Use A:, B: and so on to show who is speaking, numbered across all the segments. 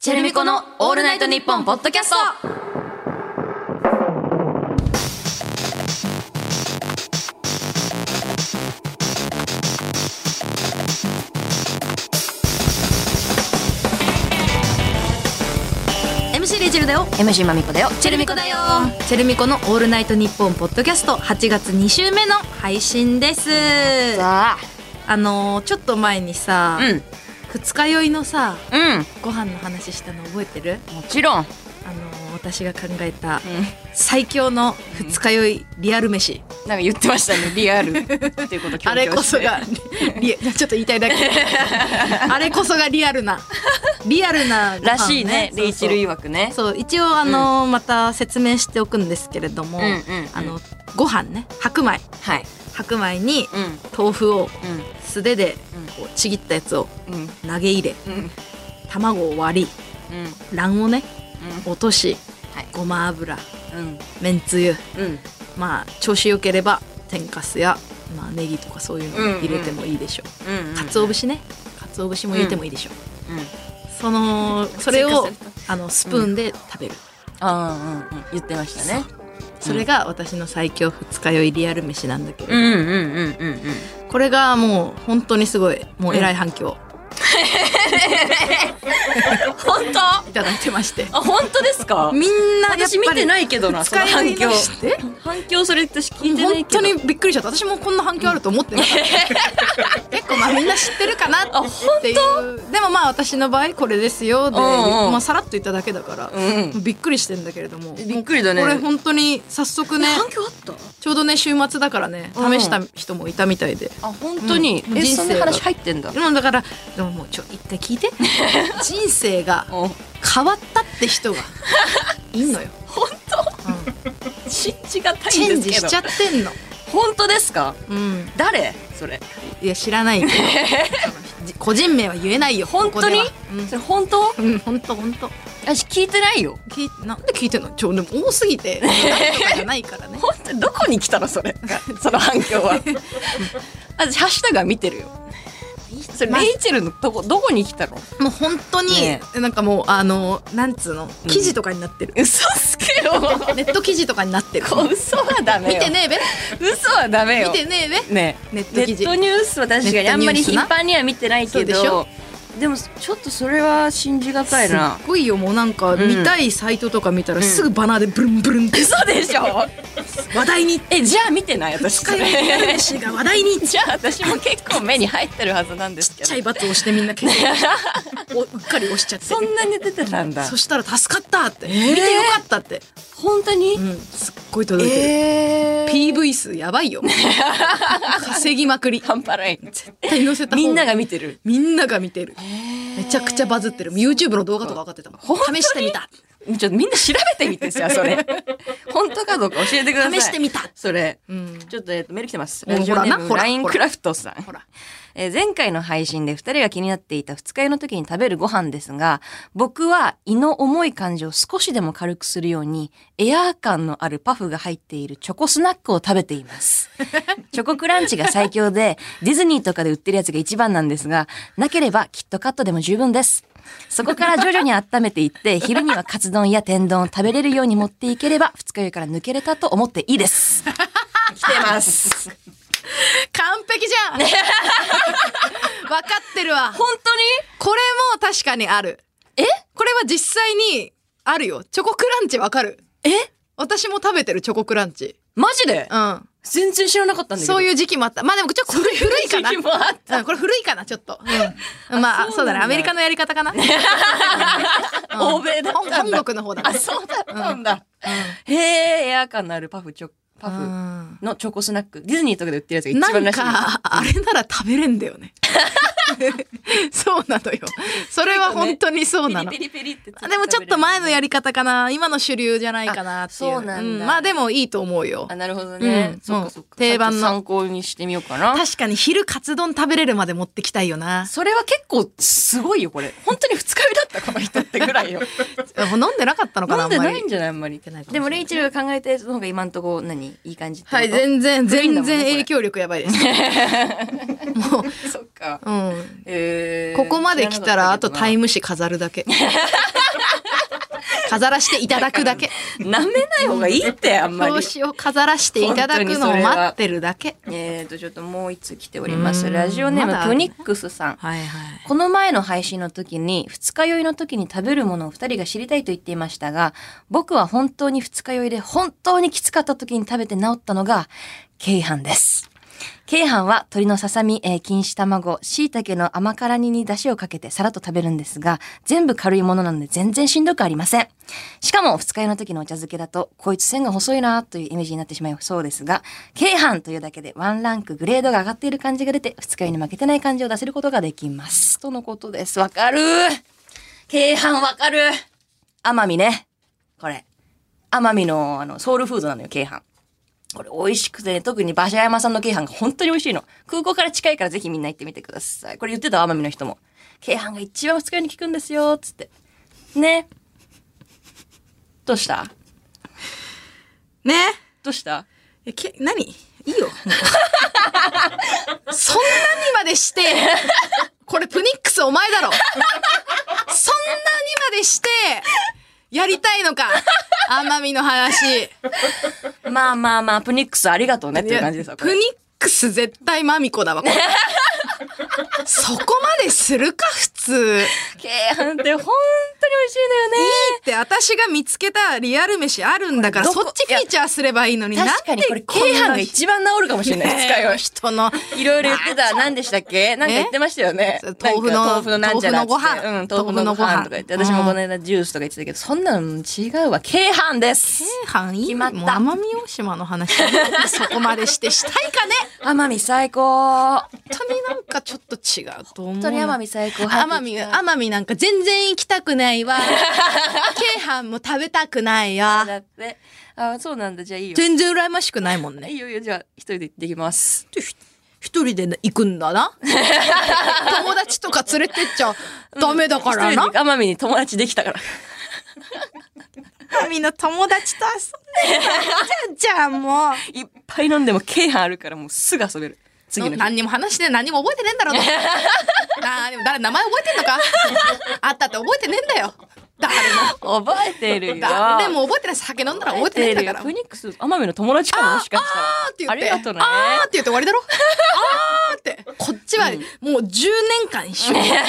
A: チェルミコのオールナイトニッポンポッドキャストレジルだよ
B: MC まみこだよ
A: チェルミコだよ
B: チェルミコのオールナイトニッポンポッドキャスト8月2週目の配信です
A: さあ
B: あのーちょっと前にさ、
A: うん
B: 二日酔いのさ
A: うん
B: ご飯の話したの覚えてる
A: もちろん、
B: あのー私が考えた最強の二日酔いリアル飯、
A: なんか言ってましたねリアルっていうことを強調して
B: あれこそがリア ちょっと言い たいだけあれこそがリアルなリアルなご飯、
A: らしいね
B: そうそう
A: レイチェル曰くね
B: そう一応あのー、また説明しておくんですけれども、
A: うんうんうん
B: あのご飯ね白米
A: はい
B: 白米に
A: うん
B: 豆腐を
A: う
B: 素手で
A: うん
B: こうちぎったやつを
A: んうん
B: 投げ入れ
A: うんうん
B: 卵を割り卵をね落とし、
A: はい
B: ごま油
A: うん
B: めんつゆ
A: うん
B: まあ調子よければ天かすや、まあ、ネギとかそういう
A: うん
B: の
A: うん
B: 入れてもいいでしょう、
A: うん
B: かつお節ねかつお節も入れてもいいでしょう、
A: うん
B: そのそれ
A: 追加
B: を
A: する
B: あのスプーンで食べる、
A: ああうんうん言ってましたね
B: それが私の最強二日酔いリアル飯なんだけど、
A: うんうんうんうんうん
B: これがもう本当にすごいもうえらい反響
A: 本当あ
B: いただいてまして、
A: 本当ですか
B: みんなやっぱり
A: 私見てないけどなその
B: 二日酔
A: 反
B: いの
A: 響
B: して
A: 反響それ私聞いてない
B: 本
A: けど
B: 当にびっくりしちゃった私もこんな反響あると思ってなかった 結構まあみんな知ってるかなっていうでもまあ私の場合これですよで、
A: うんうん
B: まあ、さらっと言っただけだから、
A: うん
B: びっくりしてんだけれども
A: えびっくりだね
B: これ本当に早速ね
A: 反響あった
B: ちょうどね週末だからね
A: うん
B: 試した人もいたみたいで。
A: あ本当に、
B: うん
A: え
B: 人
A: そ
B: 生
A: んな
B: が
A: 話入ってんだ
B: でもだからでももうちょ一回聞 いて人生が
A: お
B: 変わったって 人がいんのよ、
A: 本
B: うん
A: 当信じがたい
B: チェ
A: ん
B: ン
A: で
B: ジ
A: す
B: し
A: け
B: ちゃ
A: ど
B: ってんの、
A: 本当ですか
B: うん、
A: 誰それ
B: いや知らないけ どじ個人名は言えないよ
A: 本当に
B: ここで
A: それ
B: は
A: 本当
B: うん、うん、本当本当
A: 私聞いてないよ
B: 聞いなんで聞いてんのちょでも多すぎてなんとかじゃないからね
A: 本当どこに来たの それその反響は私ハッシュタグは見てるよそれ
B: まあ
A: レイチェルのとこどこに来たの
B: もう本当に、
A: ね
B: なんかもうあのなんつうの
A: うん
B: 記事とかになってる、
A: 嘘つけよ
B: ネット記事とかになってる
A: こう嘘はダメ
B: 見
A: よ
B: てねえべ
A: 嘘はダメよ
B: 見てねえべ
A: ね
B: ネット
A: ネ
B: 記
A: ッ
B: 事
A: トニュースは確かにあんまり
B: ネットニュース
A: 頻
B: な
A: 繁には見てないけ
B: そうでし
A: ど
B: ょ
A: でもちょっとそれは信じがたいな
B: すっごいよもうなんか
A: ん
B: 見たいサイトとか見たらすぐバナーでブルンブルンって
A: 嘘でしょ
B: 話題に
A: えじゃあ見てない私そ
B: 使
A: れ
B: いやる しが話題にちっ
A: じゃあ私も結構目に入ってるはずなんですけど
B: ちゃい罰を押してみんな結構おうっかり押しちゃって
A: そんなに出てたんだ
B: そしたら助かったって、見てよかったって、
A: 本当に、
B: うん、すっごい届いてる、
A: えー、
B: PV 数やばいよ稼ぎまくり
A: 半端ない
B: 絶対載せた方
A: みんなが見てる
B: みんなが見てるめちゃくちゃバズってる YouTube の動画とか上がってたもん
A: 本当に
B: 試してみた
A: ちょっとみんな調べてみてじゃあそ れ本当かどうか教えてください
B: 試してみた
A: それ、
B: ん
A: ちょっと、えっとメール来てます
B: ほら
A: ラジオネ
B: な
A: ー
B: ほ
A: ム
B: ら
A: ラインクラフトさん
B: ほら
A: えー前回の配信で2人が気になっていた二日酔いの時に食べるご飯ですが僕は胃の重い感じを少しでも軽くするようにエアー感のあるパフが入っているチョコスナックを食べています チョコクランチが最強でディズニーとかで売ってるやつが一番なんですがなければキットカットでも十分ですそこから徐々に温めていって昼にはカツ丼や天丼を食べれるように持っていければ二日酔いから抜けれたと思っていいです 来てます
B: 完璧じ ゃん分かってるわ
A: 本当に
B: これも確かにある
A: え
B: これは実際にあるよチョコクランチわかる
A: え
B: 私も食べてるチョコクランチ
A: マジで
B: うん
A: 全然知らなかったんだけど。
B: そう
A: う
B: いう時期もあったまあでもちょっとこれ古いかな
A: 時期も あった
B: うんこれ古いかなちょっと、うん、まあそう
A: そうな
B: だ
A: んだ
B: ねアメリカのやり方かな
A: 欧米だったん
B: 本
A: だ
B: 本国の方だ
A: あ、そうだったんだ。へえ、エア感のあるパフチョ、パ
B: う
A: フ
B: ん
A: のチョコスナック。ディズニーとかで売ってるやつが一
B: な
A: 番
B: ん
A: らしい。
B: かあれなら食べれんだ よねそうなのよそれは本当にそうなの
A: ペリペリペリってついて食べれる。
B: でもちょっと前のやり方かな今の主流じゃないかなっていう
A: あそうなんだ
B: まあでもいいと思うよ
A: あ、なるほどね。
B: うん
A: そっかそっ
B: も
A: か。
B: う定
A: ちょっ
B: 番の
A: と参考にしてみようかな。
B: 確かに昼カツ丼食べれるまで持ってきたいよな
A: それは結構すごいよ、これ。本当に二日酔いだった、この人ってぐら いよ。
B: 飲んでなかったのか
A: 飲
B: なあ
A: ん
B: ん
A: で
B: ま
A: ない
B: り
A: んじゃないあんまり
B: てない。かもし
A: で
B: れな
A: も、
B: い
A: レイチェルが考えたやつの方が今んとこ、何いい感じってこと
B: はい全然
A: 古いんだ
B: 全
A: もんねこ
B: 然
A: れ
B: 影響力やばいですもう
A: そっか。
B: うん
A: えー
B: ここまで来たらあとタイ
A: ム。
B: ム誌飾るだけ飾らしていただくだけ。
A: 舐めない方がいいって、あんまり。
B: 表紙を飾らしていただくのを待ってるだけ。
A: えーと、ちょっともう一つ来ております。
B: うん
A: ラジオネーム、
B: まだあ
A: プ
B: るね
A: ニックスさん。
B: はいはい。
A: この前の配信の時に、二日酔いの時に食べるものを二人が知りたいと言っていましたが、僕は本当に二日酔いで本当にきつかった時に食べて治ったのが、鶏飯です。鶏飯は鶏のささみ、えー錦糸卵、椎茸の甘辛煮に出汁をかけてさらっと食べるんですが、全部軽いものなので全然しんどくありません。しかも、二日酔いの時のお茶漬けだと、こいつ線が細いなというイメージになってしまいそうですが、鶏飯というだけでワンランクグレードが上がっている感じが出て、二日酔いに負けてない感じを出せることができます。とのことです。わかる鶏飯わかる奄美ね。これ。奄美の、あの、ソウルフードなのよ、鶏飯。これ美味しくてね、特に馬車山さんの鶏飯が本当に美味しいの。空港から近いからぜひみんな行ってみてください。これ言ってた奄美の人も。鶏飯が一番二日酔いに効くんですよ、つって。ね。どうした
B: ね
A: どうした
B: え。け、何いいよ。 そんなにまでして、これプニックスお前だろ。そんなにまでして、やりたいのか。 奄美の話。
A: まあまあまあ、プニックスありがとうねっていう感じですわ。こ
B: プ
A: れ
B: ニックス絶対マミコだ わ、これそこまでするか、普通。
A: 鶏飯って本当に美味しいのよね。
B: って私が見つけたリアル飯あるんだから、
A: どこ
B: そっちフィーチャーすればいいのに。
A: 確かにこれ、鶏飯が一番治るかもしれない。二日
B: 使
A: 酔
B: い人の。
A: い。いろいろ言ってた。何でしたっけなんか言ってましたよね。
B: え豆腐の
A: なんか豆腐のなんちゃらっつって
B: 豆腐のご飯
A: うん、豆腐のご飯とか言って。私も
B: うん
A: この間ジュースとか言ってたけど、そんなの違うわ。鶏飯です。
B: 京阪いい
A: 決まった
B: もう奄美大島の話そこまでしてしたいかね
A: 奄美最高。本
B: 本当になんかちょっと違うと思う
A: 当に奄美最高。
B: 奄美奄美なんか全然行きたくないわ 京阪も食べたくないよ
A: だって。あ、そうなんだ。じゃあいいよ。
B: 全然羨ましくないもんね
A: いいよいいよ。じゃあ一人で行ってきます。
B: 一人で行くんだな 友達とか連れてっちゃダメだからな
A: 一人で奄美に友達できたから。
B: 奄美の友達と遊んでじゃあもう
A: いっぱい飲んでも軽飯あるからもうすぐ遊べる。次の日。
B: 何にも話してない何にも覚えてねえんだろう となあでも誰名前覚えてんの かあったって覚えてねえんだよ誰も
A: 覚えてるよ。
B: 誰も覚えてない酒飲んだら覚えてねえんだから
A: フェニックス、奄美の友達かも、もしかしたら。
B: あーって言って。
A: ありがとうね。
B: あーって言って終わ りだろ。あーって。こっちはもう10年間一 緒に。それよ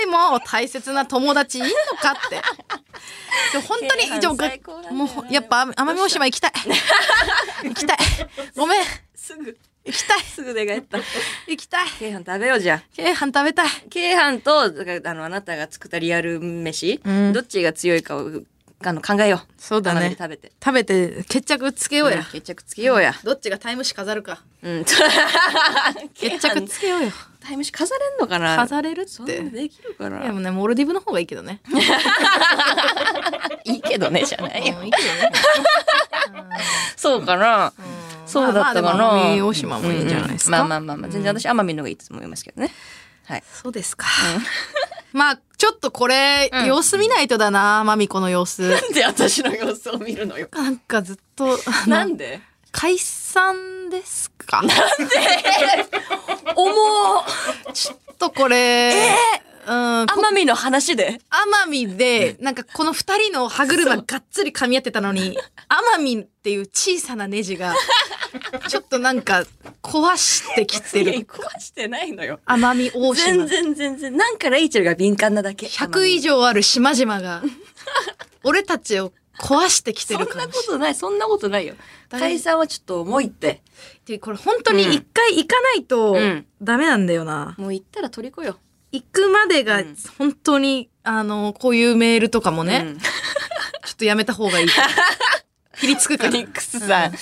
B: りも大切な友達いんのかって。で本当
A: いや
B: に、じゃあ
A: 最高なんだよね
B: もうやっぱ奄奄美大島行き たい。行きたい。ごめん。
A: すぐ、
B: 行きたい。
A: すぐ寝返 った。
B: 行きたい。
A: 京阪食べようじゃん。
B: 京阪食べたい。
A: 京阪と、だからあの、あなたが作ったリアル飯、
B: うん
A: どっちが強いかを、あの、考えよう。
B: そうだね
A: 奄美で食べて。
B: 食べて決着つけよう
A: うん
B: や。
A: 決着つけようや。
B: どっちがタイム誌飾るか。
A: うん。
B: 決着つけようよ。
A: タイムシ飾れんのかな
B: 飾れる
A: そ
B: っ
A: んなの
B: て。
A: できるか
B: で
A: な
B: もね、モルディブの方がいいけどね。
A: いいけどね、じゃないよ
B: う。んいいけどね。
A: そうかなそうだったかな、
B: まあまあでも奄美大島もいいんじゃないですか
A: うんうんまあまあまあまあ、全然私、奄美の方がいいと思いますけどね。はい。
B: そうですか。まあ、ちょっとこれ、様子見ないとだな、マミコの様子。
A: なん で私の様子を見るのよ。
B: なんかずっと、あの
A: なんで
B: 解散です か
A: 思う
B: ちょっとこれ、うん、こ
A: 奄美の話で
B: 奄美で、なんかこの二人の歯車がっつり噛み合ってたのに、奄美っていう小さなネジ が、ちょっとなんか壊してき て
A: いや
B: る。
A: 壊してないのよ。
B: 奄美大島。
A: 全然全然。なんかレイチェルが敏感なだけ。
B: 100以上ある島々が、俺たちを壊してきて
A: そん
B: る
A: な
B: 感じ。
A: ことない、そんなことないよ。
B: 大
A: 解散はちょっと重いって。
B: でこれ本当に一回行かないと
A: うん
B: ダメなんだよな。
A: もう行ったら取りこよ。
B: 行くまでが
A: うん
B: 本当に、あの、こういうメールとかもね、
A: うん
B: ちょっとやめた 方がいい。ピリつくか
A: フ
B: ら。
A: ニックスさん。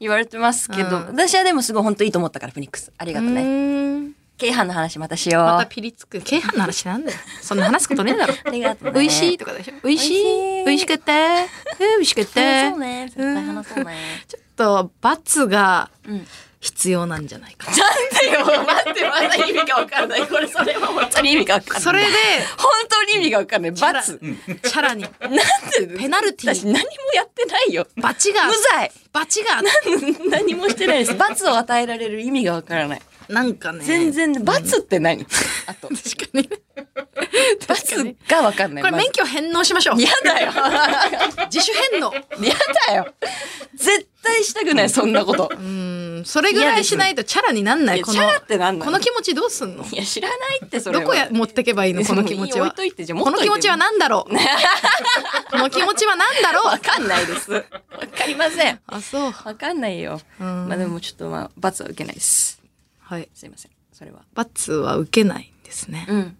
A: 言われてますけど、
B: うん
A: 私はでもすごい本当いいと思ったから、フニックス。ありがとう
B: う
A: ね。
B: ーん
A: 京阪の話またしよう。
B: またピリつく。京阪の話なんだよ。そんな話すことね えだろ。
A: ありが とう、ね。
B: 美味しい
A: と
B: とかでしょ。美味し
A: 美味しい
B: い美味しかった。うん美味しかっ
A: そう
B: た。
A: ね。絶対話そうね。
B: ちょっと、罰が
A: うん。なん
B: 必要なんじゃない か。
A: でよ、待って、まだ意味がわからない。これ、それは本当に意味がわからない。
B: それで、
A: 本当に意味がわかんない。
B: チ
A: 罰。
B: ャラに、
A: なんで
B: ペナルティ
A: 私何もやってないよ。
B: 罰が、
A: 無罪
B: 罰が、
A: 何もしてないです。罰を与えられる意味がわからない。
B: なんかね
A: 全然、罰って何あと。
B: 確かに確か
A: 罰
B: に
A: がわかんない。
B: これ
A: まず
B: 免許返納しましょう
A: やだよ。
B: 自主返納
A: やだよ。絶対したくない、そんなこと。
B: うんそれぐらいしないとチャラになんない
A: いや
B: こ
A: チ
B: の
A: ャラってなんな
B: こ
A: い
B: の気持ちどうすんの
A: いや、知らないって、それ
B: ど
A: は。
B: こや持ってけばいいのこの気持ち
A: いや
B: は
A: 置いといて、じゃあ
B: この気持ちは
A: な
B: 何だろう この気持ちは何だろ
A: わ
B: う
A: かんないです。わかりません。
B: あそう
A: わかんないよ。
B: うん
A: まあでもちょっとまあ、罰は受けないです。
B: はい
A: すいません。それは。
B: 罰は受けないんですね
A: うん。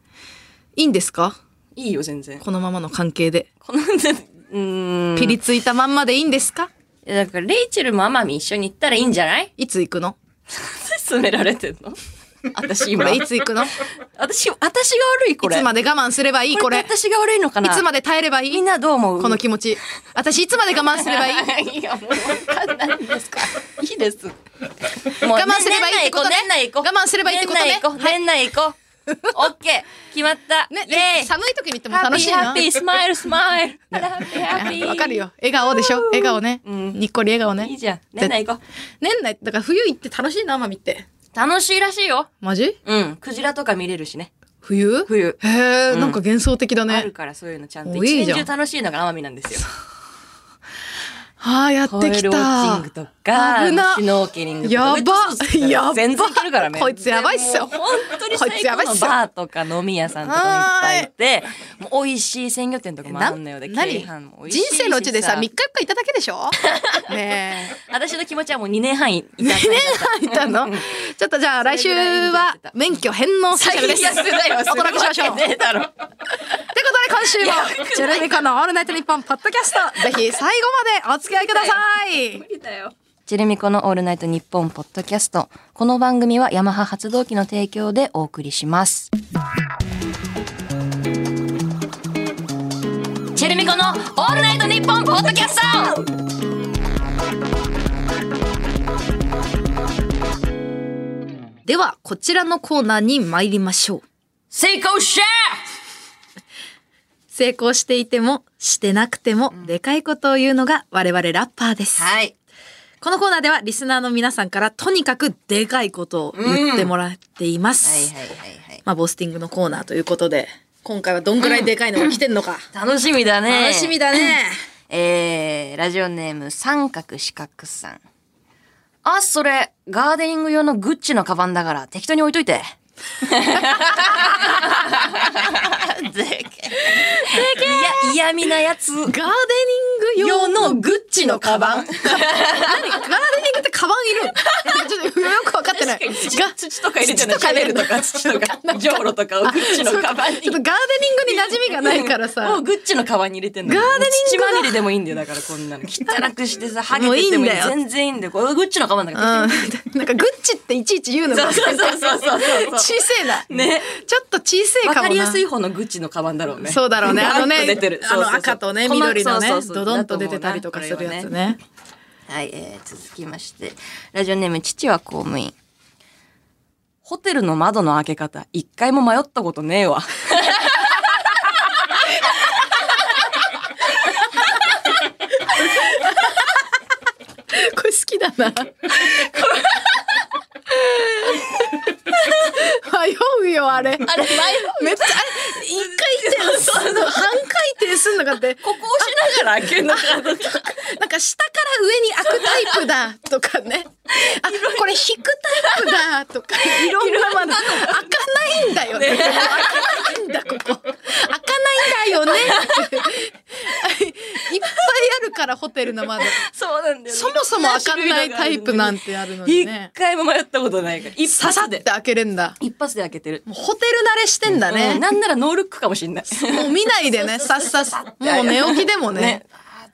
B: いいんですか
A: いいよ、全然。
B: このままの関係で
A: この、う ーん。
B: ピリついたまんまでいいんですか
A: いやだから、レイチェルもアマミ一緒に行ったらいいんじゃない
B: いつ行くの
A: 勧められてんの私
B: こ
A: 今。
B: れいつ行 くのい
A: 私、私が悪い、これ。
B: つまで我慢すればいいこれ
A: って私が悪いのか
B: い
A: ない
B: つまで耐えればい
A: み
B: い
A: んなどう思う
B: この気持ち私いつまで我慢すればい い
A: いや、もうわかんないんですか。いいです。もう
B: 我慢すればいいってことね
A: 年内行こう。
B: 我慢すればいいってことね
A: 年内行こう。年内行こう。オッケー。決まった。
B: ね
A: イェーイ。
B: 寒い時に行っても
A: ハッ
B: 楽
A: ピ
B: し
A: ー
B: い
A: ハ
B: な
A: ッピ ー、スマイルスマイル。ハッピーハッピー。
B: わかる。よ笑顔でしょ笑顔ね
A: うん
B: にっこり笑顔
A: いい
B: ね
A: じゃん。年内行こう。
B: 年内だから冬行って楽しいなマミって
A: 楽しいらしいよ。
B: マジ
A: うん。クジラとか見れるしね。
B: 冬
A: 冬。
B: へえ、なんか幻想的だ
A: ある
B: ね。
A: からそういうのちゃんと
B: おいい
A: 一
B: じ
A: 年
B: ゃん
A: 中楽しいのが奄美なんですよ。
B: ああ、やっ
A: ホエ
B: て
A: ー
B: き
A: ルウォッチン
B: た
A: グ。とか、
B: 危な
A: シュノーケリングとか。
B: やば
A: ウェットスーツとか
B: やば
A: 全然いけるからね。
B: こいつやばいっすよ
A: でもう本当に
B: こい
A: 最
B: つや
A: 高
B: ばいっ
A: の
B: すよ
A: バーとか飲み屋さんとかもいっぱいいて、もう美味しい鮮魚店とかもあんのよで、
B: な
A: 京
B: 何
A: 阪も美味しい
B: 人
A: し
B: 生のうちでさ、3日4日いただけで しょね
A: 私の気持ちはもう2年半いた。2年
B: え。いたのちょっとじゃあ来週は免許返納スペシャルです。
A: 最悪だよ。
B: お届けしましょう。ということで
A: ねえだろ。
B: 今週も、ジェルミコのオールナイトニッポンポッドキャスト、ぜひ最後までお付き合いください。
A: ジェルミコのオールナイトニッポンポッドキャスト。この番組はヤマハ発動機の提供でお送りします。ジェルミコのオールナイトニッポンポッドキャスト
B: では、こちらのコーナーに参りましょう。
A: 成功者
B: 成功していても、してなくても、でかいことを言うのが我々ラッパーです。
A: はい。
B: このコーナーではリスナーの皆さんからとにかくでかいことを言ってもらっています。
A: いはい
B: まあ、ボスティングのコーナーということで、今回はどんぐらいでかいのが来てんのか。
A: はい。楽しみだね。
B: 楽しみだね。
A: えー、ラジオネーム三角四角さん。あ、それ、ガーデニング用のグッチのカバンだから適当に置いと いて。でけでけいや、嫌味なやつ。
B: ガーデニング用のグッチのカバン。
A: ン
B: 何ガーデニングってカバンいるの ちょっとよくわかってない。がちょっ
A: 土とか入れて
B: 土とか入れるの
A: 土とか、 じょうろとかをグッチのカバンに
B: とガーデニングに馴染みがないから
A: もう
B: さ。
A: グッチのカバンに入れてんの。
B: ガーデニング
A: もう
B: が
A: 土まみれでもいいんだよ、だからこんなの。汚くしてさ、ハゲ
B: もうい
A: て
B: い
A: て
B: ん
A: もいい。
B: だよ
A: 全然いいんだよ。これグッチのカバンだ
B: う
A: か
B: ん、
A: ら。
B: なんかグッチっていちいち言うのが
A: そうそうそうそうそう。
B: 小せえな。
A: ね。
B: ちょっと小せえかも
A: わ
B: な。
A: かりやすい方のグッチのカバンだろうね。
B: そうだろ うね。あのね、
A: 出てる。
B: あの赤とね、
A: そうそうそう
B: 緑のね
A: そうそう、そう
B: ドドンと出てたりとかするやつ。ね。
A: はい、えー続きまして。ラジオネーム、父は公務員。ホテルの窓の開け方、一回も迷ったことねえわ。
B: これ好きだな。迷うよ、あれ。
A: あれ、迷
B: めっちゃ、あれ、一回転するの、半回転するのかって、
A: ここ押しながら開けるのかなとか。
B: なんか下から上に開くタイプだ、とかね。あ、これ引くタイプだ、とか、いろんなまだ、開かないんだよね。開かないんだ、ここ。開かないんだよね。っていっぱいあるから、ホテルの窓。
A: そうなんだよね
B: そもそも開かないタイプなんてあるのに
A: 一
B: ね。
A: 回も迷ったことないから。一
B: 刺さ
A: 発
B: って
A: で。
B: 開けれんだ。
A: 一発で開けてる。
B: もうホテル慣れしてんだ
A: う
B: ね
A: ん。なんならノールックかもしんない。
B: もう見ないでね、さっさっさ。もう寝起きでもね。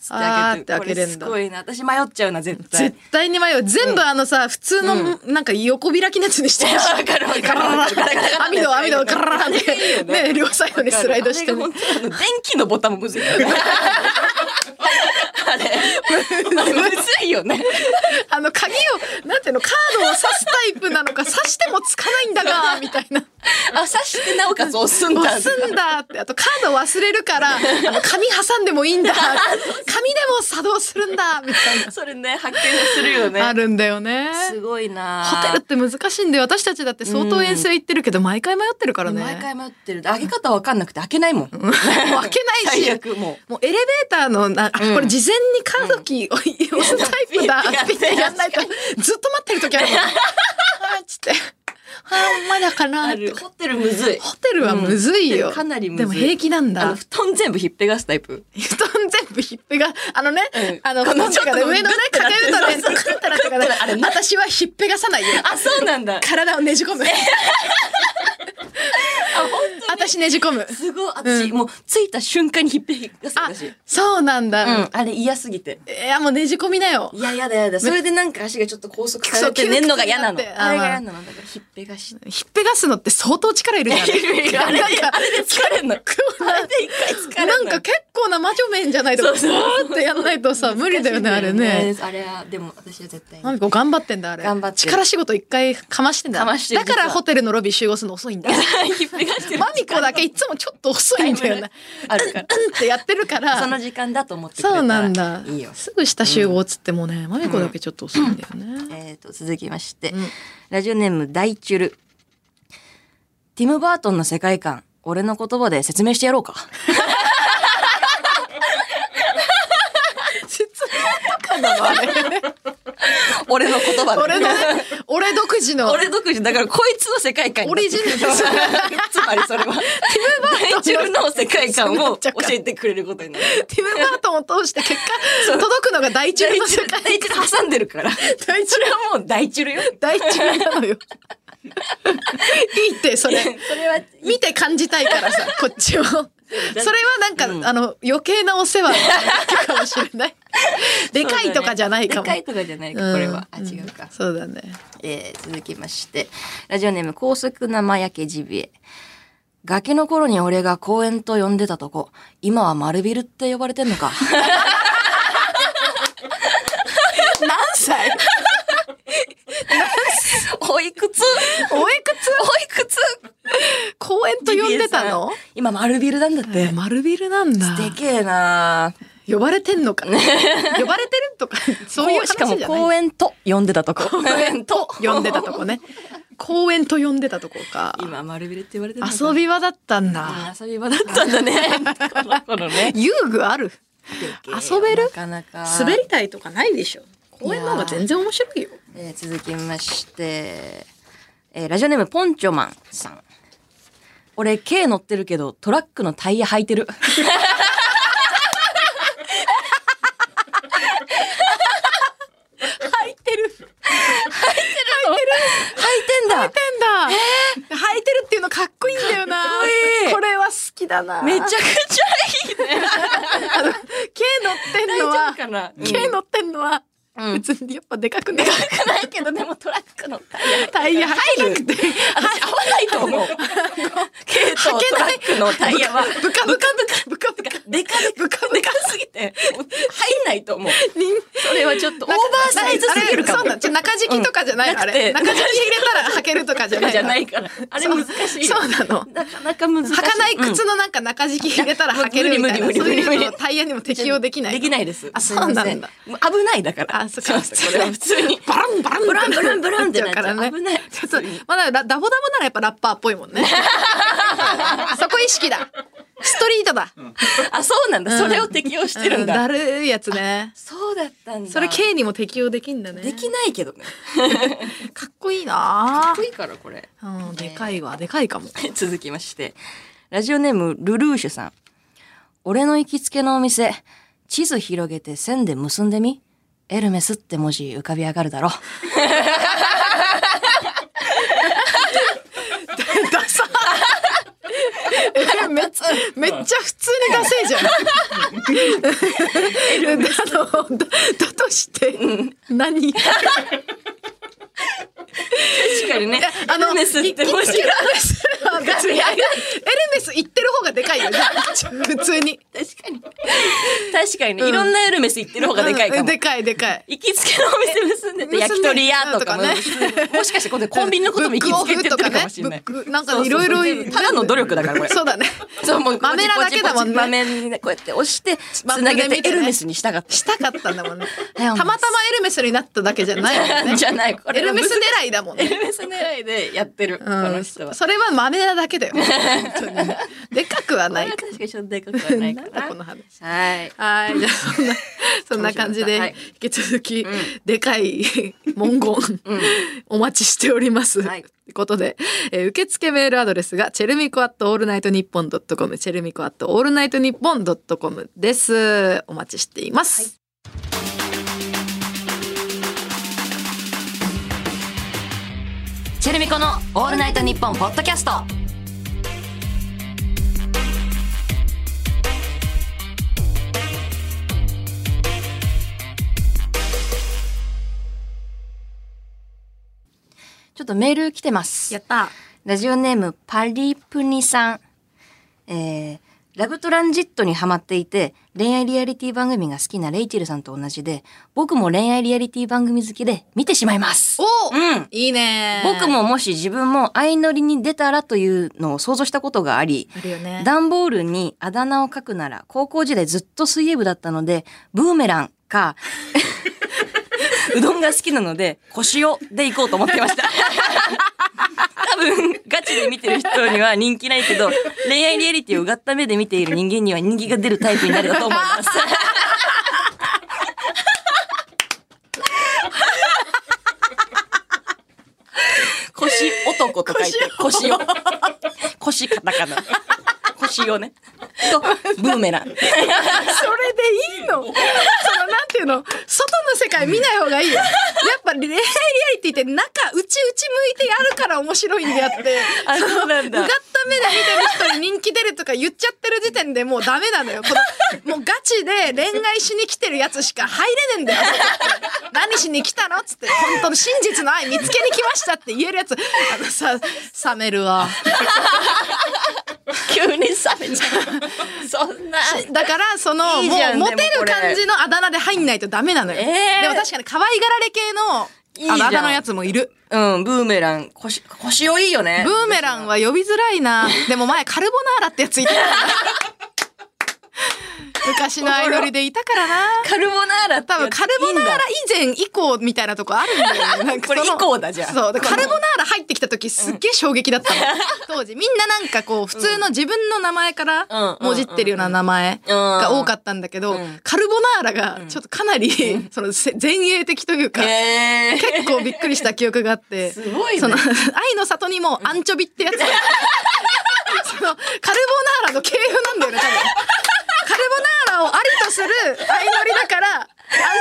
A: あーっつって開けて
B: あ
A: る
B: ーって開けれんだ
A: これすごいな私迷っちゃうな絶対
B: 絶対に迷う。全部あのさ、普通の、なんか横開きのやつにしてる。
A: わかるわかるわかるわかるわかる
B: 網戸、網戸、ガラー
A: い
B: ンっ
A: いよ
B: て、
A: ね
B: ね、両サイドにスライドして
A: あれ
B: ね
A: が本当 にあの電気のボタンもむずい電あれ。むずいよね。
B: あの鍵をなんていうのカードを刺すタイプなのか刺してもつかないんだがみたいな
A: あ、刺してなおかつ押すんだ
B: 押。すんだってあとカード忘れるからあの紙挟んでもいいんだ紙でも作動するんだみたいな、
A: それね、発見するよね。
B: あるんだよね
A: すごいな
B: ホテルって難しいんで私たちだって相当遠征行ってるけど毎回迷ってるからね
A: 毎回迷ってる。開け方わかんなくて開けないもん。
B: もう開けない
A: 最
B: し
A: 悪も
B: もうエレベーターのな、あ
A: うん
B: これ事前にカードキーを押すタイプ
A: ピ
B: だ
A: ッ
B: って
A: てや
B: や
A: っ
B: ん
A: て
B: ないとずっと待ってる時あるもんあーっつってあーまだか
A: う。
B: なって
A: ホテルむずい。
B: ホテルはむずいよ、
A: うんかなりむずい
B: でも平気なん
A: あ
B: だ
A: の、布団全部ひっぺがすタイプ。
B: 布団全部ひっぺがあのね、
A: うん
B: あの
A: こ
B: 布
A: の
B: 団とかね
A: ちょっと
B: 上のね
A: グッてな
B: か
A: って
B: け
A: る
B: 布団ね
A: そう
B: グッてなってから
A: あれ
B: 私はひっぺがさないよ
A: あ、そうなんだ。
B: 体をねじ込む 私ねじ込む
A: すごい。私、もう着いた瞬間にひっぺがす
B: あ
A: 私。
B: そうなんだ、
A: うん、あれ嫌すぎて。
B: いやもうねじ込みなよ
A: いや、やだやだ。それでなんか足がちょっと拘束されて寝んのが嫌なの。
B: そう窮屈になっ
A: あ
B: て
A: れが嫌なの。だからひっぺがして。
B: ひっぺがすのって相当力いるじゃ ん
A: あれで、あれで疲れんの。あれで一回疲れん
B: な
A: の。
B: んか結構な魔女面じゃないと
A: そうそう
B: バーってやんない とさ無理だよねあれね。
A: あれは、でも私は絶対
B: マ
A: に。
B: ミコ頑張ってんだあれ
A: 頑張ってる
B: 力仕事一回かましてんだ
A: かましてる
B: だか
A: 実
B: ら
A: は
B: ホテルのロビー集合するの遅い んだ
A: ひっぺがしてる。
B: マミコだけいつもちょっと遅いんだよね
A: あるから。
B: うんってやってるから
A: その時間だと思ってくれた
B: そ
A: ら
B: うなんだ
A: いいよ。
B: すぐした集合っつってもね、マミコだけちょっと遅いんだよね、
A: えー、と続きまして、
B: うん
A: ラジオネーム大チュルティム・バートンの世界観俺の言葉で説明してやろう か
B: 説明とかなのあれ
A: 俺の言葉で
B: 俺のね俺独自の
A: 俺独自だからこいつの世界観に
B: オリジナル
A: つまりそれはティム・バートンチュルの世界観を教えてくれることになる
B: ティム・バートンを通して結果届くのが大中の世界
A: 大チュル挟んでるから
B: 大中
A: それはもう大チュルよ
B: 大中なのよいい ってそれ
A: それは
B: 見て感じたいからさこっちをそれはなんか、
A: うん
B: あの余計なお世話かもしれ ないでかいとかじゃないかも、
A: でかいとかじゃないかこれは、あ違うか、
B: うんそうだね
A: えー続きまして、ラジオネーム高速生焼けジビエ。ガキの頃に俺が公園と呼んでたとこ、今は丸ビルって呼ばれてんのか。
B: 何歳
A: おいくつ
B: おいくつ
A: おいくつ
B: 公園と呼んでたの
A: ?GBA さん今丸ビルなんだっ
B: え
A: て
B: ー、。丸ビルなんだ
A: でけえなあ
B: 呼ばれてん のか呼ばれてるとかそういう
A: こ
B: 話
A: し
B: じゃ
A: か
B: な
A: も
B: い
A: 公園と呼んでたと こ。公園と
B: 呼んでたとこね公園と呼んでたとこか
A: 今丸ビルって言われてんのか
B: 遊び場だったんだ
A: あ遊び場だったん だね。この頃ね。
B: 遊具ある
A: でけえよ
B: 遊べる
A: なかなか。
B: 滑り台とかないでしょ公園の方が全然面白いよ
A: えー続きまして、えーラジオネームポンチョマンさん。俺、軽乗ってるけど、トラックのタイヤ履いてる。
B: 履いてる履いてる
A: 履いてんだ
B: 履いてんだ履いてるっていうのかっこいいんだよな
A: こいい
B: これは好きだな
A: めちゃくちゃいい
B: 毛乗ってんの
A: 大
B: は
A: 丈夫かな
B: 毛乗ってんのは
A: うん
B: 別にやっぱでかくね
A: くないけど、でもトラックのタイヤ。
B: タイヤ履けなくて
A: 私、合わないと 思う。軽とトラックのタイヤは、
B: ブカブカブカブカ
A: でかでか、でかすぎて、もう入んないと思う。それはちょっ と、オー
B: な
A: バ
B: んか
A: ーサイズすぎるか
B: そう
A: も。
B: なんちょ中敷きとかじゃないの、
A: うん
B: あれ
A: なく
B: 中
A: て
B: 敷き入れたら履けるとかじゃない
A: じゃ
B: の
A: ないから。あれ難しいよ。
B: そうなの
A: なかなか難しい。
B: 履かない
A: うん
B: 靴のなんか中敷き入れたら履けるみたいな、
A: 無理無
B: そう
A: 理無理無理
B: いうのタイヤにも適用できない
A: できないです。
B: あそうなんだ
A: すいませんもう危ないだから。
B: あそっか
A: うこれは普通に。
B: バランバラン
A: ブランブランブランってなっちゃう
B: からね
A: 危ない
B: ちょっとまだラダボダボならやっぱラッパーっぽいもん ねそこ意識だストリートだ、
A: あ、そうなんだ。それを適用してるん
B: う
A: だ。
B: だるいやつね
A: そうだったんだ。
B: それ K にも適用できんだね
A: できないけどね。
B: かっこいいな
A: かっこいいからこれ。
B: うん、でかいわでかいかも
A: 続きまして。ラジオネーム、ルルーシュさん。俺の行きつけのお店、地図広げて線で結んでみエルメスって文字浮かび上がるだろ。
B: ダサえめっちゃめっちゃ普通にダセえじゃん。あのだだとして何
A: 確かにね。
B: あの
A: エルメスって文字
B: エルメスは別 にエルメス行ってる方がでかいよじゃあ普通に
A: 確かに。確かにね、
B: うん
A: いろんなエルメス行ってる方がでかいか
B: う
A: も。
B: んでかいでかい
A: 行きつけのお店結んでて
B: え
A: 焼き鳥屋とかも、
B: 結
A: もしかして今度コンビニのことも行きつけてってるかもしれない。
B: ブックなんかいろいろ
A: そうそうそうただの努力だからこれ
B: そうだね
A: そうもう
B: 豆らだけだもん
A: ポチポチ
B: ね
A: 豆にねこうやって押してつなげてエルメスに従って
B: したかったんだもんね
A: はい
B: たまたまエルメスになっただけじゃないも んね
A: じゃないこれ
B: エルメス狙いだもん
A: エ
B: ね
A: ルメス狙いでやってる、こ
B: う
A: の
B: ん、
A: 人は。
B: それは豆なだ けだよ本当にでかくは
A: こ
B: な
A: れ
B: い
A: は
B: か
A: 確かにちょっとでかくはない
B: な
A: か
B: んだこ
A: な。
B: の話
A: はい。
B: はいじゃあそんなそんな感じで、
A: はい
B: 引き続き、でか い文言、お待ちしております。
A: はい
B: ということで、えー受付メールアドレスがチェルミコアットオールナイトニッポンドットコムチェルミコアットオールナイトニッポンドットコムです。お待ちしています。
A: チェルミコのオールナイトニッポンポッドキャスト。ちょっとメール来てます。
B: った。
A: ラジオネームパリプニさん。えーラブトランジットにハマっていて、恋愛リアリティ番組が好きなレイチェルさんと同じで、僕も恋愛リアリティ番組好きで見てしまいます。
B: お、
A: うん
B: いいね。
A: 僕ももし自分も相乗りに出たらというのを想像したことがあり、
B: あるよね。
A: 段ボールにあだ名を書くなら、高校時代ずっと水泳部だったので、ブーメランか、 うどんが好きなので、腰をで行こうと思ってました。多分、ガチで見てる人には人気ないけど、恋愛リアリティをうがった目で見ている人間には人気が出るタイプになるだと思います。腰男と書いて、腰を。腰カタカナ。腰をね。と、ブーメラン。
B: それでいいの そのなんていうの外の世界見ない方がいいよやっぱ恋愛リアリティって中内内向いてやるから面白いんであって
A: あそうなん
B: うがった目で見てる人に人気出るとか言っちゃってる時点でもうダメなのよこのもうガチで恋愛しに来てるやつしか入れねえんだよ何しに来たのっつって本当の真実の愛見つけに来ましたって言えるやつあのさ冷めるわ
A: 急に冷めちゃう。そんな。
B: だからその
A: いいじゃん
B: もうモテ
A: でもこ
B: る
A: れ
B: 感じのあだ名で入んないとダメなのよ、
A: えー
B: でも確かに可愛がられ系のあ
A: いいじゃん
B: あだ名のやつもいる
A: うん、ブーメラン。腰、腰をいいよね
B: ブ。ーメランは呼びづらいなでも前カルボナーラってやついたか らな昔のアイドルでいたからな
A: カルボナーラって
B: 多分カルボナーラ
A: いいんだ
B: 以前以降みたいなとこあるんだよねなんか
A: こ
B: その
A: れ以降だじゃあ
B: そうでカルボナーラ入ってきた時すっげえ衝撃だったの、当時みんななんかこう普通の自分の名前から
A: うん
B: もじってるような名前が多かったんだけど、
A: ん
B: カルボナーラがちょっとかなり、そのせ前衛的というか、
A: へー
B: 結構びっくりした記憶があって。
A: すごいね
B: その、愛の里にもアンチョビってやつが。 その、カルボナーラの系譜なんだよね、多分。カルボナーラをありとする相乗りだから、アン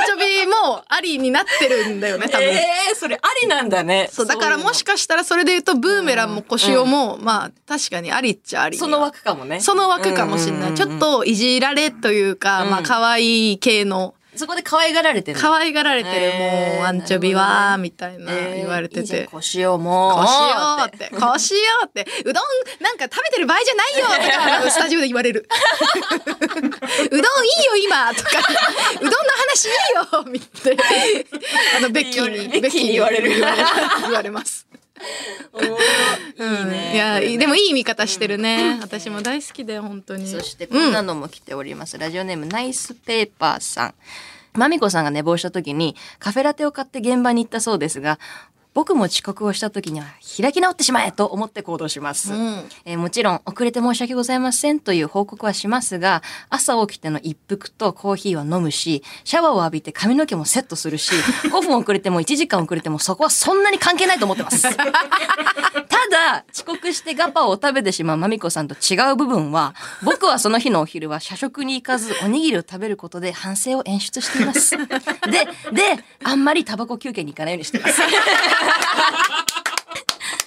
B: チョビもありになってるんだよね、多分。
A: えー、それありなんだね。
B: そう、だからもしかしたらそれで言うと、ブーメランもコシオも、まあ、確かにありっちゃあり。
A: そういうのその枠かもね。
B: その枠かもしれ
A: うんうん
B: な
A: う
B: い。
A: ん
B: ちょっといじられというか、まあ、可愛い系の。
A: そこで可愛がられてる。
B: 可愛がられてる、
A: えー
B: もう、アンチョビは、みたいな
A: えー
B: 言われて
A: いいじゃん
B: て。
A: 腰をもう。
B: こうしようって、こうしようって、うどんなんか食べてる場合じゃないよとかあの、スタジオで言われる。 うどんいいよ今とか、うどんの話いいよみたいな。あの、ベッキーに、
A: ベッキーに言われる
B: ベッキーに言われる言われます。
A: おーいいね。
B: いや、いいでもいい見方してるね。私も大好きで、本当に。
A: そしてこんなのも来ております。ラジオネームナイスペーパーさん。まみこさんが寝坊した時にカフェラテを買って現場に行ったそうですが、僕も遅刻をした時には開き直ってしまえと思って行動します。
B: うん
A: えーもちろん遅れて申し訳ございませんという報告はしますが、朝起きての一服とコーヒーは飲むし、シャワーを浴びて髪の毛もセットするし、5分 遅れても1時間遅れてもそこはそんなに関係ないと思って ます。ただ、遅刻してガパオを食べてしまうまみこさんと違う部分は、僕はその日のお昼は社食に行かずおにぎりを食べることで反省を演出しています。で、で、あんまりタバコ休憩に行かないようにしてます。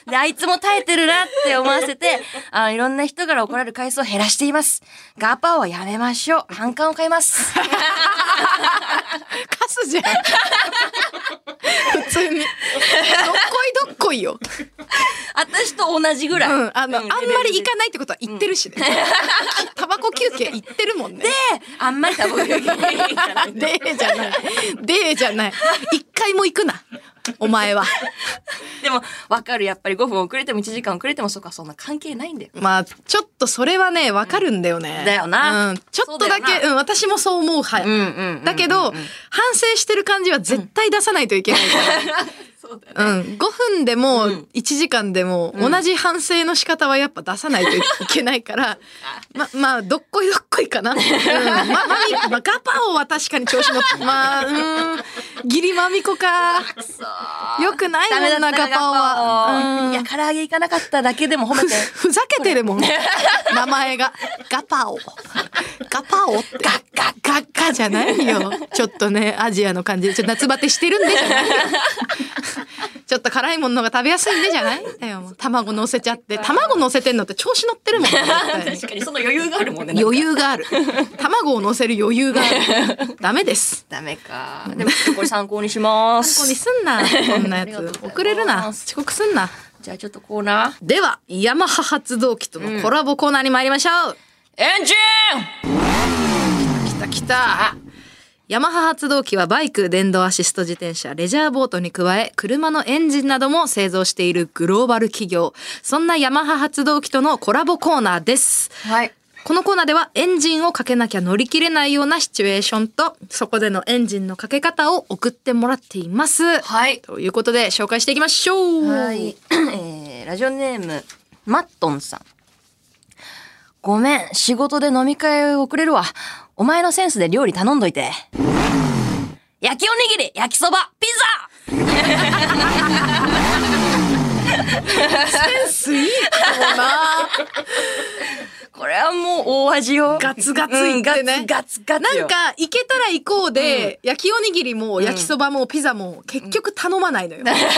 A: で、あいつも耐えてるなって思わせて、あの、いろんな人から怒られる回数を減らしています。ガパオはやめましょう。反感を買います。
B: カスじゃん。 普通に。どっこいどっこいよ。
A: 私と同じぐらい。
B: うん、あの、あんまり行
A: か
B: かないってことは言ってるしね。 タバコ休憩行ってる もんね。
A: あんまりタバコ休憩行かない
B: でじゃない。でじゃない。一回も行くな。お前は。
A: でも、わかる。やっぱり5分遅れても1時間遅れても、そっか、そんな関係ないんだよ。
B: まあ、ちょっとそれはね、わかるんだよね。
A: だよな
B: うん、ちょっとだ
A: そうだ
B: け、
A: よな
B: うん、私もそう思う派。
A: うんうん。
B: だけど、
A: うん
B: 反省してる感じは絶対出さないといけない
A: そうだよ
B: から、うん、5分でも
A: うん
B: 1時間でも
A: うん
B: 同じ反省の仕方はやっぱ出さないといけないから、 ま、まあ、どっこいどっこいかな。うん、ま、まみ、まあ、ガパオは確かに調子乗って、まあ、うん、ギリマミコか。
A: くそー
B: よくない
A: ダメだ
B: も
A: っ
B: ん
A: た
B: な、ガパオは。
A: オ
B: うん
A: いや、唐揚げ行かなかっただけでも褒めて。
B: ふざけてるもん。名前が。ガパオ。ガパオって。ガッガッガッガじゃないよ。ちょっとね、アジアの感じで。ちょっと夏バテしてるんでじゃないよ。ちょっと辛いものが食べやすいんでじゃないんだよ。もう卵乗せちゃって。卵乗せてんのって調子乗って るもん、ね。絶対に
A: 確かに、その余裕があるもんね。
B: 余裕がある。卵を乗せる余裕がある。ダメです。
A: ダメか。 でも、ちょっとこれ参考にしま
B: ここ
A: す。
B: にすんな。こんなや
A: ありがとうござい
B: つ。
A: ます
B: 遅れるな。遅刻すんな。
A: じゃあ、ちょっとコーナー。
B: では、ヤマハ発動機とのコラボコーナーに参りましょう。
A: エンジ
B: 来た来たヤマハ発動機はバイク、電動アシスト自転車、レジャーボートに加え、車のエンジンなども製造しているグローバル企業。そんなヤマハ発動機とのコラボコーナーです。
A: ンはい。
B: このコーナーではエンジンをかけなきゃ乗り切れないようなシチュエーションと、そこでのエンジンのかけ方を送ってもらっています。
A: はい。
B: ということで紹介していきましょう。
A: はい。えーラジオネーム、マットンさん。ごめん、仕事で飲み会遅れるわ。お前のセンスで料理頼んどいて。焼きおにぎり、焼きそば、ピ
B: センス いいかもな。
A: ザこれはもう大味よ。
B: ガツガツいってね
A: うんガツガツガツ
B: な
A: よ
B: んか、行けたら行こうで、焼きおにぎりも焼きそばもピザも結局頼 まないのよ。だから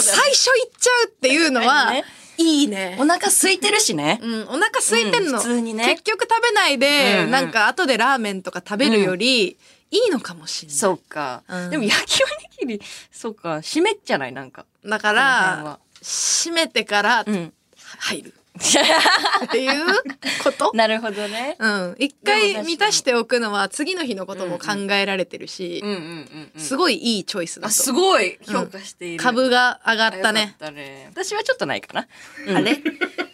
B: 最初行っちゃうっていうの
A: 確
B: は
A: かにね、
B: いいね
A: お。腹空いてるしね。
B: うん、お腹空いてん
A: うん
B: の。
A: 普通にね
B: 結局食べないで、
A: うんうん
B: なんか後でラーメンとか食べるより、いいのかもしれない。
A: そうか、
B: うん
A: でも焼きおにぎり、そうか。湿っちゃないなんか。
B: だか
A: この辺
B: ら
A: は、
B: 閉めてから
A: うん。
B: 入るっていうこと。
A: なるほどね。
B: うん。一
A: でも確か
B: 回
A: に
B: 満たしておくのは次の日のことも考えられてるし
A: うん、うんうん、うん。
B: すごいいいチョイスだ
A: あ、
B: と思う
A: すごい評価している。
B: 株が上がった
A: よか
B: ね。
A: ったね。私はちょっとないかな。うん
B: あれ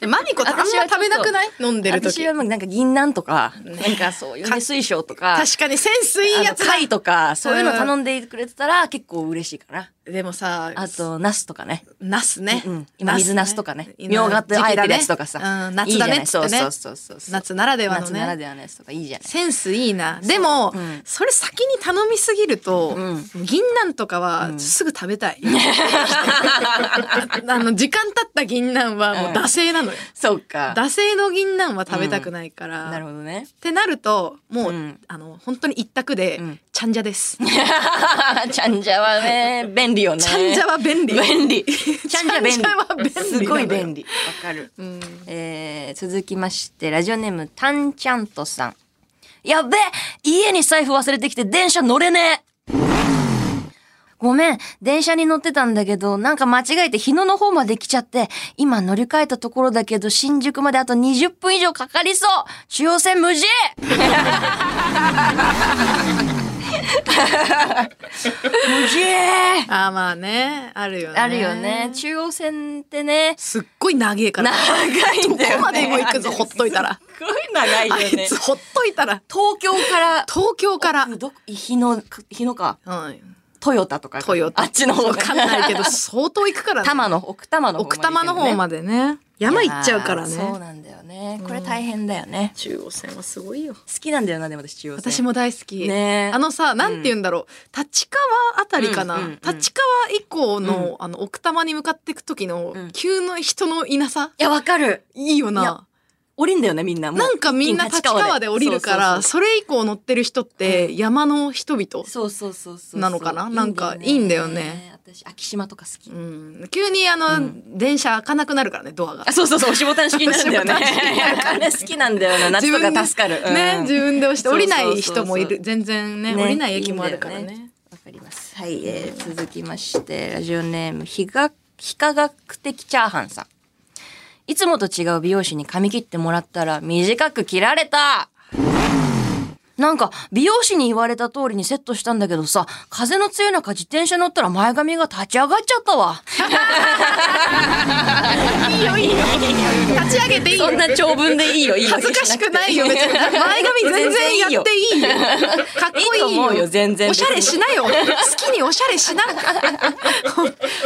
B: でマミコってあんま食べなくない飲んでる
A: 私
B: 時
A: はもうなんか銀杏とか、なんかそういうね、水晶とか、
B: 確かにセンスいい
A: あ
B: や
A: の
B: つだ
A: 貝とか、そういうの頼んでくれてたら結構嬉しいかな。
B: でもさ
A: あと、ナスとかね。
B: ナスね
A: うん今水ナスとかね。みょうがと
B: 時期
A: あえ
B: だ
A: て
B: ね
A: るやつとかさ。
B: うん
A: いいじ
B: 夏
A: ゃ
B: だ
A: な
B: ね
A: い
B: っつっ
A: そう
B: てね
A: そうそうそう。
B: 夏ならではの
A: 夏なら
B: ね
A: ではのやつとかいいじゃない。
B: センスいいなでも
A: うん
B: それ先に頼みすぎると
A: う
B: 銀杏とか
A: う
B: は
A: ん
B: すぐ食べたい あの時間経った銀杏はもう惰性なのよ
A: そうか。
B: 惰性の銀杏は食べたくないから
A: なるほどね
B: っ。てなるとも
A: う
B: う、
A: ん
B: あの本当に一択で、
A: うん
B: ちゃんじゃです。
A: ちゃんじゃはね、便利よね。
B: ちゃんじゃは便利。
A: 便利。 ちゃんじゃ便利
B: ちゃんじゃは便利。
A: すごい便
B: 利。
A: 利。わかる。
B: うん、
A: えー続きまして、ラジオネーム、たんちゃんとさん。やっべ家に財布忘れてきて電車乗れねえごめん、電車に乗ってたんだけど、なんか間違えて日野の方まで来ちゃって、今乗り換えたところだけど、新宿まであと20分以上かかりそう中央線 無事無事
B: あーまあねあるよね。
A: あるよね。。中央線ってね、
B: すっごい長えから。
A: 長いんだよ、ね。
B: どこまでも行 くぞほっといたら。
A: すごい長いよ
B: あい
A: ね。
B: つほっといたら
A: 東京から、
B: 東京から。う
A: どこ日野、日野か、
B: ん。
A: トヨタとか。
B: トヨタ。
A: あっちの方
B: わかんないけど相当行くから、
A: 多摩の、奥多摩の方まで行け
B: 奥
A: るね。
B: 多摩の方までね。山行っちゃうから
A: いやーそう
B: ね。
A: なんだよね。これ大変だよね。
B: 中央線はすごいよ。
A: 好きなんだよな、でも私中央線。
B: 私も大好き。
A: ね
B: あのさ、なんて言うんだろう、立川あたりかな、
A: うんうんうん
B: 立川以降の、あの、奥多摩に向かっていく時の、
A: うん
B: 急の人のいなさ、
A: いや、わかる。
B: いいよ
A: いや
B: な。
A: 降りんだよね、みんな。もう
B: なんかみんな立川で降りるから、
A: そ
B: それ以降乗ってる人って山の人々
A: う。そうそうそうそう。
B: なのかない
A: い
B: なんかいいんだよね。
A: 私、昭島とか好き
B: う。ん、急にあの、
A: うん
B: 電車開かなくなるからね、ドアが
A: あ、。そうそうそう、おしぼたん式になるんだよね。
B: おしぼた ん式になるから
A: あれ好きなんだよな、夏とか助かる。うん
B: ね、自分で押して
A: そう
B: 降
A: そう
B: り
A: そう
B: な
A: そう
B: い人もいる。全然ね、
A: ね
B: 降りない駅もあるから
A: いいん
B: ね。
A: だよわかります。はい、えー続きまして、ラジオネーム、非が、非科学的チャーハンさん。いつもと違う美容師に髪切ってもらったら短く切られたなんか、美容師に言われた通りにセットしたんだけどさ、風の強い中自転車乗ったら前髪が立ち上がっちゃったわ。
B: いいよいいよ。立ち上げていいよ
A: そん。な長文でいいよ、いいよ。
B: 恥ずかしくないよ、別に。前髪全然やっていいよ。かっこいいよ。
A: いいと思うよ全然
B: おしゃれしなよ。好きにおしゃれしな。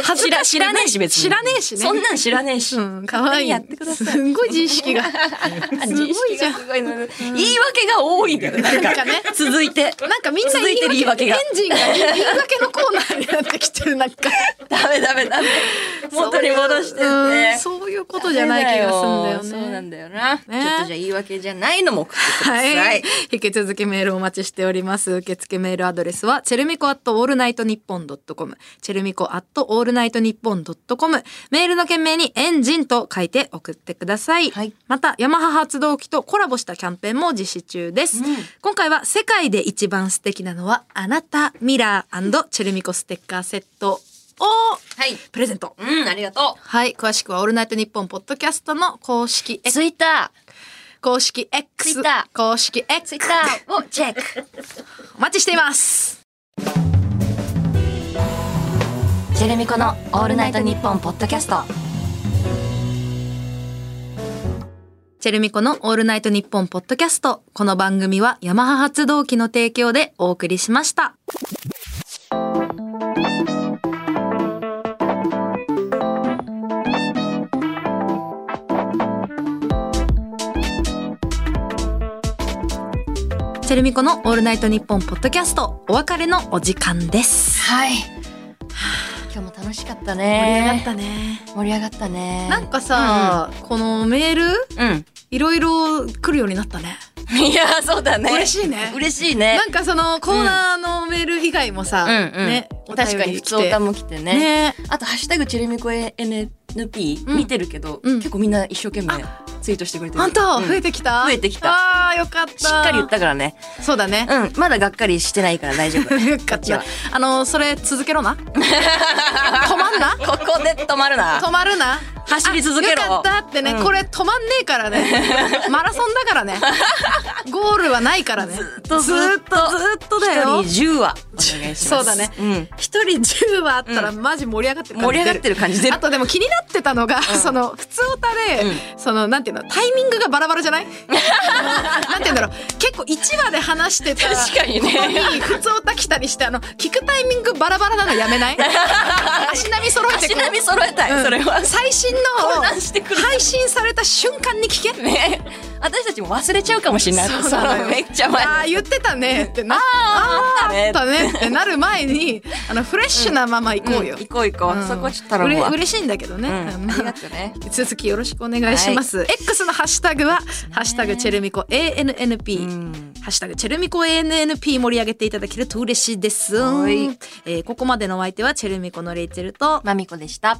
B: 恥ず
A: 知ら
B: かし
A: 知
B: く
A: ら
B: ない
A: ねえし別に。
B: 知らねえしね。
A: そんなん知らねえし。
B: うん、かわ
A: 勝手
B: いい。
A: にやってください。
B: すんごい自意識 が。すごいじゃん。
A: すごいので言い訳が多いんだよね。なん
B: なん
A: か
B: かね
A: 続いて。
B: なんかみんな
A: 続いてる言い訳が
B: エンジンが言い訳のコーナーになってきてる、なんか。
A: ダメダメダメ。 元に戻して
B: う
A: ね
B: ん。そういうことじゃない気がす
A: そ
B: る
A: うんな
B: だよね。
A: んだよな。ちょっとじゃあ言い訳じゃないのも送ってくだ
B: は
A: さ
B: い
A: い。。
B: 引き続きメールお待ちしております。受付メールアドレスは、チェルミコアットオールナイトニッポンドットコム。チェルミコアットオールナイトニッポンドットコム。メールの件名にエンジンと書いて送ってください。
A: はい
B: また、ヤマハ発動機とコラボしたキャンペーンも実施中です。
A: うん
B: 今回は、世界で一番素敵なのは、あなた、ミラーチェルミコステッカーセットを
A: はい。
B: プレゼント。
A: うん、ありがと
B: はい。詳しくは、オールナイトニッポンポッドキャストの公式
A: う。ツイッタ
B: 公式 X
A: Twitter
B: 公式
A: ー、
B: X
A: ツイッターをチェック。
B: お待ちしています
A: ジェレミコのオールナイトニッポンポッドキャスト。
B: チェルミコのオールナイトニッポンポッドキャストこの番組はヤマハ発動機の提供でお送りしましたチェルミコのオールナイトニッポンポッドキャストお別れのお時間です
A: はい。 今日も楽しかった
B: 盛り上が
A: ね
B: っ。たね
A: 盛り上がったね。
B: なんかさ、このメール
A: うん。
B: いろいろ来るようになったね
A: いや、そうだね。
B: 嬉しいね
A: 嬉しいね
B: な。んかそのコーナーのメール以外もさ、
A: うんうん。
B: ね、お便り
A: 確かに、
B: 来
A: 普
B: て
A: 通歌も来てね。
B: ね
A: あと、ハッシュタグチェルミコ NP
B: うん
A: 見てるけど、
B: うん
A: 結構みんな一生懸命ツイートしてくれてる。
B: 本当、
A: うん
B: 増えてきた
A: 増えてきた
B: わあよかった
A: しっかり言ったからね。
B: そう だね、
A: うん、まだがっかりしてないから大丈 夫。
B: よか
A: こっ
B: っ
A: ちは
B: たあのそれ続け ろな止まんな
A: ここで止まるな。
B: 止まるな
A: 走り続けろ
B: あよかったってね、
A: うん
B: これ止まんねえか らねマラソンだからねゴールはないからねず
A: っ とずっと
B: ずっとだよ
A: 一人10話お願いします。
B: そうだね
A: うん。
B: 一人10はあったら
A: う
B: マジ盛り上がってる感
A: 盛
B: じ
A: り上
B: 出
A: がってる感じ出る
B: あ。とでも気になってたのが、その普通歌で、そのなんていうのタイミングがバラバラじゃない なんていうんだろう結構1話で話してた
A: 確かにね
B: ことに普通歌来たりしてあの聞くタイミングバラバラなのやめない 足並み揃えて
A: 足並み揃えたい、
B: うん
A: それは。
B: 最新の
A: 混乱してくる
B: 配信された瞬間に聞け
A: ね。私たちも忘れちゃうかもしれない。
B: そうなのよ
A: のめっちゃ前。
B: ああ言ってたねってな
A: あーあったね
B: あったねってなる前にあのフレッシュなまま行こうよ、
A: ん行こう行こう。
B: うん
A: そこちょっと頼むわ。
B: うれ嬉しいんだけどね、
A: うん。
B: ま
A: あ
B: あ
A: りがとうね。
B: 引き続きよろしくお願いします。X のハッシュタグは、ハッシュタグチェルミコ ANNP、
A: ん
B: ハッシュタグチェルミコ ANNP 盛り上げていただけると嬉しいです。
A: はい
B: えーここまでのお相手はチェルミコのレイチェルと、
A: まみこでした。